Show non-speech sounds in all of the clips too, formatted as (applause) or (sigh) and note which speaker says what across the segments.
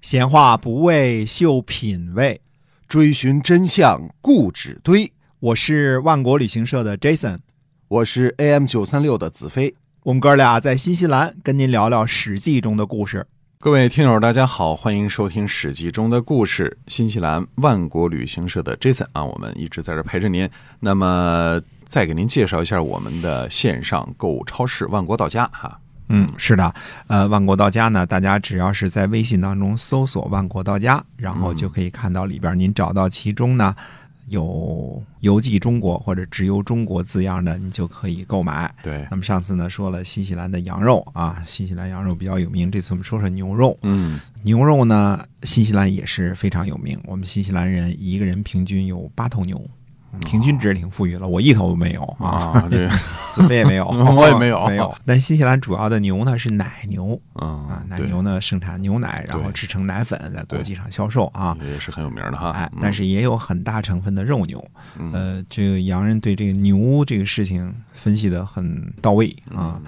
Speaker 1: 闲话不为秀品味，
Speaker 2: 追寻真相固执堆。
Speaker 1: 我是万国旅行社的 Jason，
Speaker 2: 我是 AM 九三六的子飞。
Speaker 1: 我们哥俩在新西兰跟您聊聊《史记》中的故事。
Speaker 2: 各位听友，大家好，欢迎收听《史记》中的故事。新西兰万国旅行社的 Jason 啊，我们一直在这陪着您。那么，再给您介绍一下我们的线上购物超市万国到家哈、
Speaker 1: 嗯，是的，呃，万国到家呢，大家只要是在微信当中搜索“万国到家”，然后就可以看到里边，您找到其中呢有“邮寄中国”或者“直邮中国”字样的，你就可以购买。
Speaker 2: 对，
Speaker 1: 那么上次呢说了新西兰的羊肉啊，新西兰羊肉比较有名，这次我们说说牛肉。
Speaker 2: 嗯，
Speaker 1: 牛肉呢，新西兰也是非常有名，我们新西兰人一个人平均有八头牛。
Speaker 2: 哦
Speaker 1: 平均值挺富裕了，我一头都没有
Speaker 2: (laughs)
Speaker 1: 啊，
Speaker 2: 啊，
Speaker 1: (laughs)
Speaker 2: 这个，
Speaker 1: 子飞也没有，
Speaker 2: (laughs) 我也没
Speaker 1: (laughs)
Speaker 2: 有
Speaker 1: 没有。但是新西兰主要的牛呢是奶牛，啊
Speaker 2: 嗯，，
Speaker 1: 奶
Speaker 2: 对，
Speaker 1: 牛呢生产牛奶，然后
Speaker 2: 对
Speaker 1: 制成奶粉，在国
Speaker 2: 对
Speaker 1: 际上销售啊。
Speaker 2: 这也是很有名的哈。
Speaker 1: 哎
Speaker 2: 嗯，
Speaker 1: 但是也有很大成分的肉牛，
Speaker 2: 嗯
Speaker 1: 呃，这个洋人对这个牛这个事情分析的很到位啊，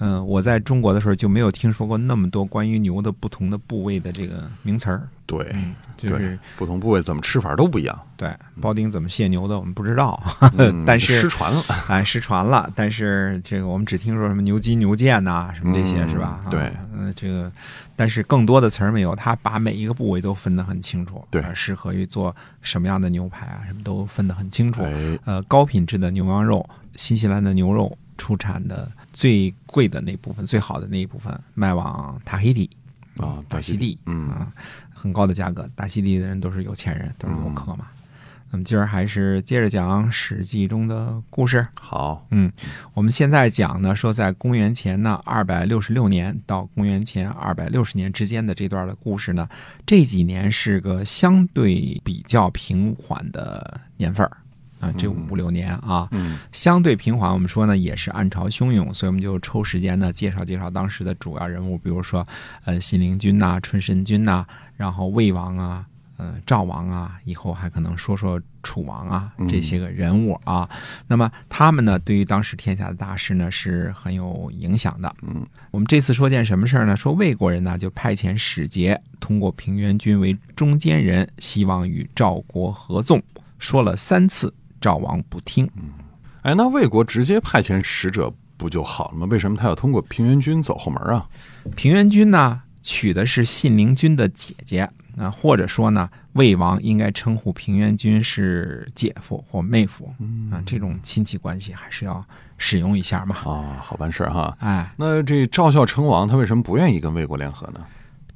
Speaker 1: 嗯、我在中国的时候就没有听说过那么多关于牛的不同的部位的这个名词儿，
Speaker 2: 对，
Speaker 1: 嗯，就是
Speaker 2: 不同部位怎么吃法都不一样，
Speaker 1: 对包丁怎么卸牛的我们不知道，啊
Speaker 2: 嗯
Speaker 1: 呃 (laughs) 但是
Speaker 2: 失传了，
Speaker 1: 哎，失传了，但是这个我们只听说什么牛筋、牛腱呐、什么这些、
Speaker 2: 嗯
Speaker 1: 是吧？啊
Speaker 2: 对
Speaker 1: 嗯、这个，但是更多的词儿没有，他把每一个部位都分得很清楚，
Speaker 2: 对
Speaker 1: 啊适合于做什么样的牛排啊，什么都分得很清楚。
Speaker 2: 哎，
Speaker 1: 呃，高品质的牛羊肉，新西兰的牛肉出产的最贵的那部分、最好的那一部分卖往塔黑底
Speaker 2: 啊
Speaker 1: 大
Speaker 2: 塔
Speaker 1: 溪
Speaker 2: 希
Speaker 1: 地
Speaker 2: 地，嗯
Speaker 1: 啊，很高的价格，大溪地的人都是有钱人，都是游客嘛。那么今儿还是接着讲《史记》中的故事。
Speaker 2: 好，
Speaker 1: 嗯，我们现在讲呢，说在公元前呢二百六十六年到公元前二百六十年之间的这段的故事呢，这几年是个相对比较平缓的年份儿啊，这五六年啊，
Speaker 2: 嗯，
Speaker 1: 相对平缓。我们说呢，也是暗潮汹涌，所以我们就抽时间呢介绍介绍当时的主要人物，比如说呃信陵君呐、春申君呐、然后魏王啊。呃，赵王啊，以后还可能说说楚王啊，这些个人物啊，那么他们呢，对于当时天下的大事呢是很有影响的。
Speaker 2: 嗯，
Speaker 1: 我们这次说件什么事儿呢？说魏国人呢就派遣使节，通过平原君为中间人，希望与赵国合纵。说了三次，赵王不听。
Speaker 2: 哎，那魏国直接派遣使者不就好了吗？为什么他要通过平原君走后门啊？
Speaker 1: 平原君呢娶的是信陵君的姐姐，啊，或者说呢，魏王应该称呼平原君是姐夫或妹夫，啊，这种亲戚关系还是要使用一下嘛。
Speaker 2: 啊，好办事儿哈。
Speaker 1: 哎，
Speaker 2: 那这赵孝成王他为什么不愿意跟魏国联合呢？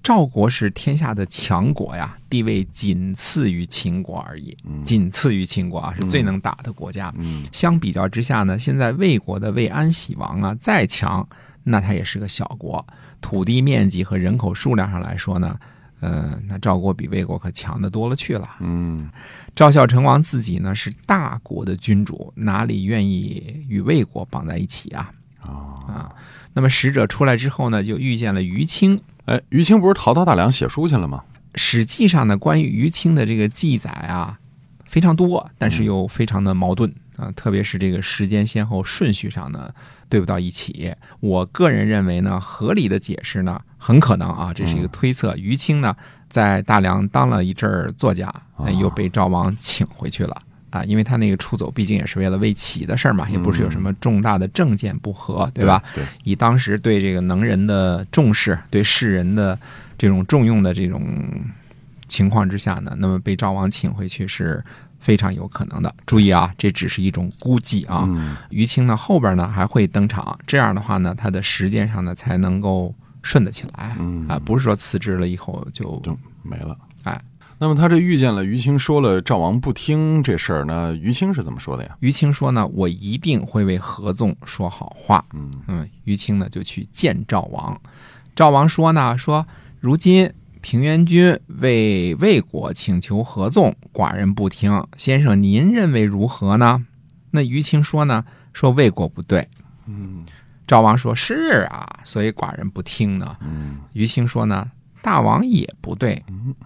Speaker 1: 赵国是天下的强国呀，地位仅次于秦国而已，仅次于秦国啊，是最能打的国家。
Speaker 2: 嗯
Speaker 1: 相比较之下呢，现在魏国的魏安喜王啊，再强，那他也是个小国，土地面积和人口数量上来说呢，呃，那赵国比魏国可强的多了去了。
Speaker 2: 嗯，
Speaker 1: 赵孝成王自己呢是大国的君主，哪里愿意与魏国绑在一起啊？
Speaker 2: 啊，
Speaker 1: 那么使者出来之后呢，就遇见了于清，
Speaker 2: 哎，于清不是逃到大梁写书去了吗？
Speaker 1: 史记上呢，关于于清的这个记载啊，非常多，但是又非常的矛盾啊，特别是这个时间先后顺序上呢，对不到一起。我个人认为呢，合理的解释呢，很可能啊，这是一个推测，于清呢在大梁当了一阵儿作家，呃又被赵王请回去了。啊，因为他那个出走，毕竟也是为了魏齐的事儿嘛，也不是有什么重大的政见不合，对吧？？
Speaker 2: 对，
Speaker 1: 以当时对这个能人的重视，对士人的这种重用的这种情况之下呢，那么被赵王请回去是非常有可能的。注意啊，这只是一种估计啊。
Speaker 2: 嗯
Speaker 1: 于清呢后边呢还会登场，这样的话呢，他的时间上呢才能够顺得起来
Speaker 2: 嗯
Speaker 1: 啊，不是说辞职了以后就
Speaker 2: 就没了。
Speaker 1: 哎，
Speaker 2: 那么他这遇见了于清，说了赵王不听这事儿，那于清是怎么说的呀？
Speaker 1: 于清说呢，我一定会为合纵说好话。
Speaker 2: 嗯
Speaker 1: 嗯，于清呢就去见赵王。赵王说呢，说如今平原君为魏国请求合纵，寡人不听，先生您认为如何呢？那于清说呢，说魏国不对。
Speaker 2: 嗯
Speaker 1: 赵王说是啊，所以寡人不听呢。
Speaker 2: 嗯 (laughs)
Speaker 1: 于清说呢，大王也不对。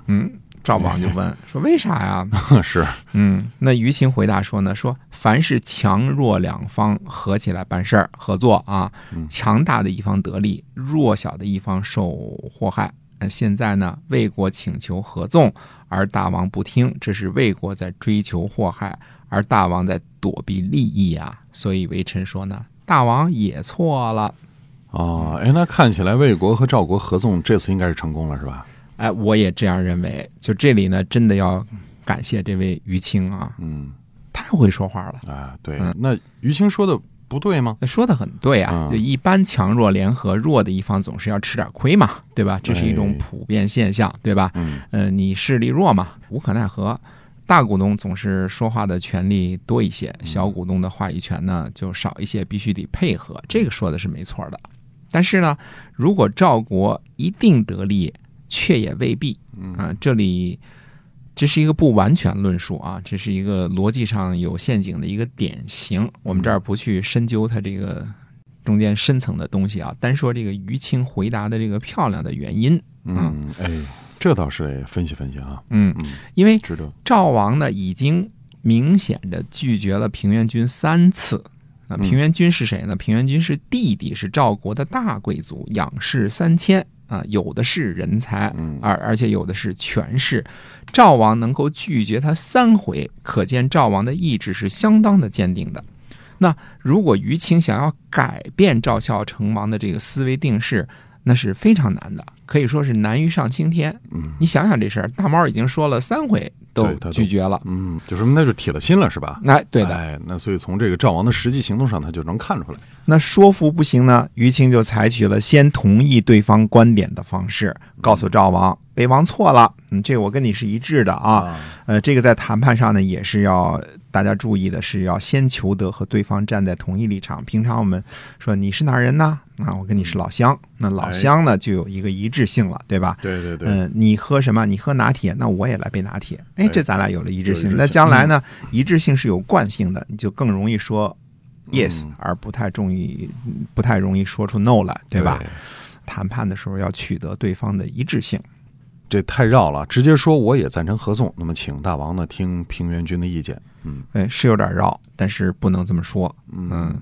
Speaker 1: 嗯，赵王就问说为啥呀？
Speaker 2: 嗯，是，
Speaker 1: 嗯，那于清回答说呢，说凡是强弱两方合起来办事儿合作啊，
Speaker 2: 嗯
Speaker 1: 强大的一方得利，弱小的一方受祸害
Speaker 3: 那呃现在呢，魏国请求合纵，而大王不听，这是魏国在追求祸害，而大王在躲避利益啊。所以微臣说呢，大王也错了。
Speaker 2: 哦，哎，那看起来魏国和赵国合纵这次应该是成功了，是吧？
Speaker 3: 哎，我也这样认为。就这里呢，真的要感谢这位于青啊，
Speaker 2: 嗯，
Speaker 3: 太会说话了，
Speaker 2: 啊，对。
Speaker 3: 嗯
Speaker 2: 那于清说的不对吗？
Speaker 3: 呃说的很对啊。
Speaker 2: 嗯
Speaker 3: 就一般强弱联合，弱的一方总是要吃点亏嘛，对吧？这是一种
Speaker 2: 对
Speaker 3: 普遍现象，对吧？
Speaker 2: 嗯，
Speaker 3: 呃，你势力弱嘛，无可奈何。大股东总是说话的权利多一些，小股东的话语权呢就少一些，必须得配合。这个说的是没错的。但是呢，如果赵国一定得利，却也未必啊。这里这是一个不完全论述啊，这是一个逻辑上有陷阱的一个典型。我们这儿不去深究它这个中间深层的东西啊，单说这个于清回答的这个漂亮的原因。
Speaker 2: 嗯，哎，这倒是得分析分析啊，
Speaker 3: 嗯
Speaker 2: 嗯，
Speaker 3: 因为
Speaker 2: 值得。
Speaker 3: 赵王呢已经明显的拒绝了平原君三次。啊，
Speaker 2: 嗯
Speaker 3: 平原君是谁呢？平原君是弟弟，是赵国的大贵族，仰视三千啊，有的是人才，
Speaker 2: 嗯，
Speaker 3: 而而且有的是权势。赵王能够拒绝他三回，可见赵王的意志是相当的坚定的。那如果于清想要改变赵孝成王的这个思维定势，那是非常难的，可以说是难于上青天。
Speaker 2: 嗯
Speaker 3: 你想想这事儿，大猫已经说了三回都
Speaker 2: 对他都
Speaker 3: 拒绝了，
Speaker 2: 嗯，就说明那就铁了心了，是吧？
Speaker 3: 那对的，
Speaker 2: 哎，那所以从这个赵王的实际行动上，他就能看出来。
Speaker 1: 那说服不行呢，于清就采取了先同意对方观点的方式，
Speaker 3: 嗯
Speaker 1: 告诉赵王，魏王错了，嗯，这我跟你是一致的啊。呃，这个在谈判上呢，也是要大家注意的是，要先求得和对方站在同一立场。平常我们说你是哪儿人呢？啊，我跟你是老乡，那
Speaker 3: 哎
Speaker 1: 老乡呢就有一个一致性了，对吧？
Speaker 2: 对对对，
Speaker 1: 嗯、你喝什么？你喝拿铁，那我也来杯拿铁。哎，这咱俩有了一致
Speaker 2: 有一致
Speaker 1: 性。
Speaker 2: 性嗯
Speaker 1: 那将来呢，一致性是有惯性的，你就更容易说 yes，、
Speaker 2: 嗯
Speaker 1: 而不太容易不太容易说出 no 来，对吧？
Speaker 2: 对
Speaker 1: 谈判的时候要取得对方的一致性。
Speaker 2: 这太绕了，直接说我也赞成合纵。那么，请大王呢听平原君的意见。嗯
Speaker 1: 哎，是有点绕，但是不能这么说。嗯，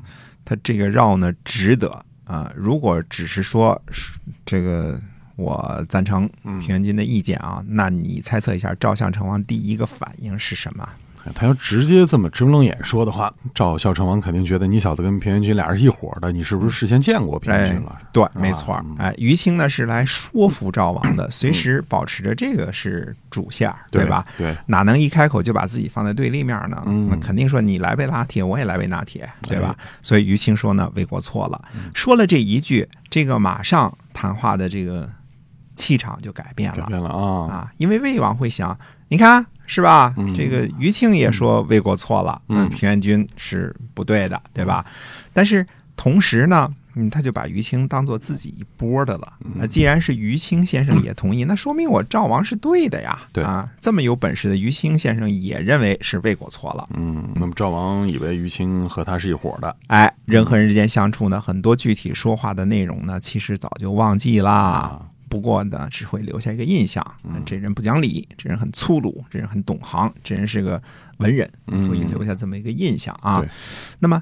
Speaker 1: 他这个绕呢值得啊、如果只是说是这个我赞成
Speaker 2: 嗯
Speaker 1: 平原君的意见啊，那你猜测一下赵相成王第一个反应是什么？
Speaker 2: 哎他要直接这么直不愣眼说的话，赵孝成王肯定觉得你小子跟平原君俩是一伙的，你是不是事先见过平原君了？
Speaker 1: 哎对，没错儿
Speaker 2: 嗯。
Speaker 1: 哎，于清呢是来说服赵王的，随时保持着这个是主线儿，对吧？？
Speaker 2: 对，
Speaker 1: 哪能一开口就把自己放在对立面呢？
Speaker 2: 嗯哎
Speaker 1: 那肯定说你来杯拿铁，我也来杯拿铁，对吧？所以于清说呢，魏国错了。
Speaker 2: 嗯
Speaker 1: 说了这一句，这个马上谈话的这个气场就改变
Speaker 2: 改
Speaker 1: 了
Speaker 2: 变了啊！
Speaker 1: 啊，因为魏王会想，你看是吧
Speaker 2: 嗯？
Speaker 1: 这个于清也说魏国错了，
Speaker 2: 嗯
Speaker 1: 平原君是不对的，对吧？但是同时呢。嗯，他就把于清当做自己一波的了。
Speaker 2: 嗯
Speaker 1: 那既然是于清先生也同意，那说明我赵王是对的呀。
Speaker 2: 对
Speaker 1: 啊，这么有本事的于清先生也认为是魏国错了。
Speaker 2: 嗯，那么赵王以为于清和他是一伙的，
Speaker 1: 哎，人和人之间相处呢，很多具体说话的内容呢，其实早就忘记
Speaker 2: 啊
Speaker 1: 啦。不过呢，只会留下一个印象：
Speaker 2: 嗯
Speaker 1: 这人不讲理，这人很粗鲁，这人很懂行，这人是个文人，
Speaker 2: 嗯
Speaker 1: 会留下这么一个印象啊。
Speaker 2: 对
Speaker 1: 那么，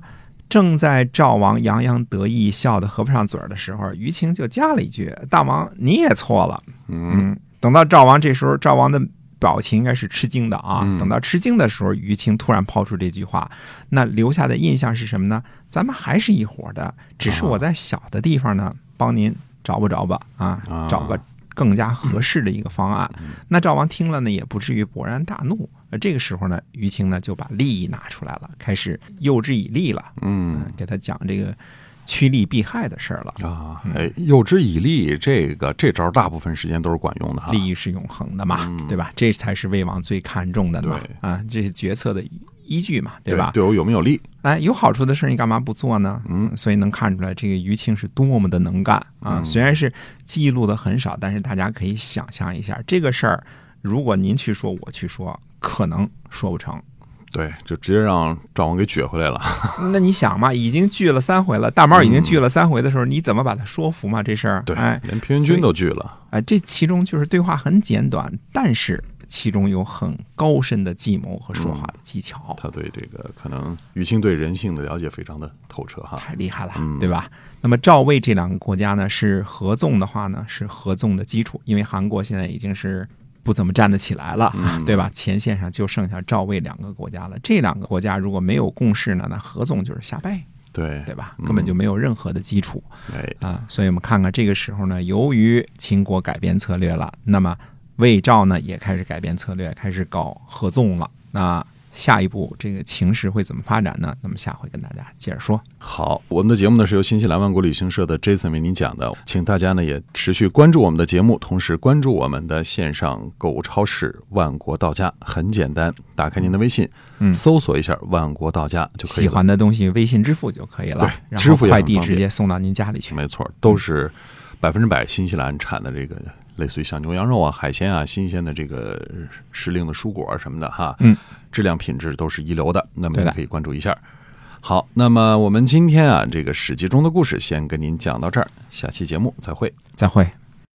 Speaker 1: 正在赵王洋洋得意、笑得合不上嘴儿的时候，于情就加了一句：“大王，你也错了。”
Speaker 2: 嗯，
Speaker 1: 嗯，等到赵王这时候，赵王的表情应该是吃惊的啊。
Speaker 2: 嗯
Speaker 1: 等到吃惊的时候，于青突然抛出这句话，那留下的印象是什么呢？咱们还是一伙的，只
Speaker 2: 啊
Speaker 1: 是我在小的地方呢，帮您找不着吧啊
Speaker 2: 啊，嗯
Speaker 1: 找个更加合适的一个方案。那赵王听了呢，也不至于勃然大怒。而这个时候呢，于青呢就把利益拿出来了，开始诱之以利了，啊
Speaker 2: 嗯，
Speaker 1: 给他讲这个趋利避害的事儿了。
Speaker 2: 啊，
Speaker 1: 嗯
Speaker 2: 哎，诱之以利，这个这招大部分时间都是管用的哈。啊
Speaker 1: 利益是永恒的嘛，
Speaker 2: 嗯
Speaker 1: 对吧？这才是魏王最看重的嘛
Speaker 2: 对，
Speaker 1: 啊，这是决策的依据嘛，
Speaker 2: 对
Speaker 1: 吧？
Speaker 2: 对我有没有利？
Speaker 1: 哎，有好处的事儿你干嘛不做呢？
Speaker 2: 嗯，
Speaker 1: 所以能看出来这个于庆是多么的能干啊！虽然是记录的很少，但是大家可以想象一下，这个事儿如果您去说，我去说，可能说不
Speaker 2: (laughs)
Speaker 1: 成。
Speaker 2: 对，就直接让赵王给撅回来了。
Speaker 1: 那你想嘛，已经聚了三回了，大猫已经聚了三回的时候，你怎么把他说服嘛？这事儿，
Speaker 2: 对，
Speaker 1: 哎，
Speaker 2: 连平原
Speaker 1: 所
Speaker 2: 君
Speaker 1: 以
Speaker 2: 都拒了。
Speaker 1: 啊，这其中就是对话很简短，但是其中有很高深的计谋和说话的技巧，
Speaker 2: 他对这个可能于清对人性的了解非常的透彻哈。
Speaker 1: 啊太厉害了
Speaker 2: 嗯，
Speaker 1: 对吧？那么赵魏这两个国家呢，是合纵的话呢，是合纵的基础，因为韩国现在已经是不怎么站得起来了，
Speaker 2: 嗯
Speaker 1: 对吧？前线上就剩下赵魏两个国家了，这两个国家如果没有共识呢，那合纵就是瞎掰，
Speaker 2: 对
Speaker 1: 对吧？
Speaker 2: 嗯
Speaker 1: 根本就没有任何的基础。
Speaker 2: 哎，
Speaker 1: 啊，所以我们看看这个时候呢，由于秦国改变策略了，那么魏赵呢也开始改变策略，开始搞合纵了。那下一步这个情势会怎么发展呢？那么下回跟大家接着说。
Speaker 2: 好，我们的节目呢是由新西兰万国旅行社的 Jason 为您讲的，请大家呢也持续关注我们的节目，同时关注我们的线上购物超市万国到家。很简单，打开您的微信，
Speaker 1: 嗯
Speaker 2: 搜索一下万国到家就可以
Speaker 1: 喜
Speaker 2: 了。
Speaker 1: 欢的东西微信支付就可以了
Speaker 2: 对，
Speaker 1: 然
Speaker 2: 支
Speaker 1: 后
Speaker 2: 付也很
Speaker 1: 快递
Speaker 2: 方便
Speaker 1: 直接送到您家里去。
Speaker 2: 没错，
Speaker 1: 嗯
Speaker 2: 都是百分之百新西兰产的这个，类似于像牛羊肉啊、海鲜啊、新鲜的这个时令的蔬果啊什么的哈，
Speaker 1: 嗯，
Speaker 2: 质量品质都是一流的。那么
Speaker 1: 对
Speaker 2: 您
Speaker 1: 的
Speaker 2: 可以关注一下。好，那么我们今天啊，这个《史记》中的故事先跟您讲到这儿，下期节目再会。
Speaker 1: 再会。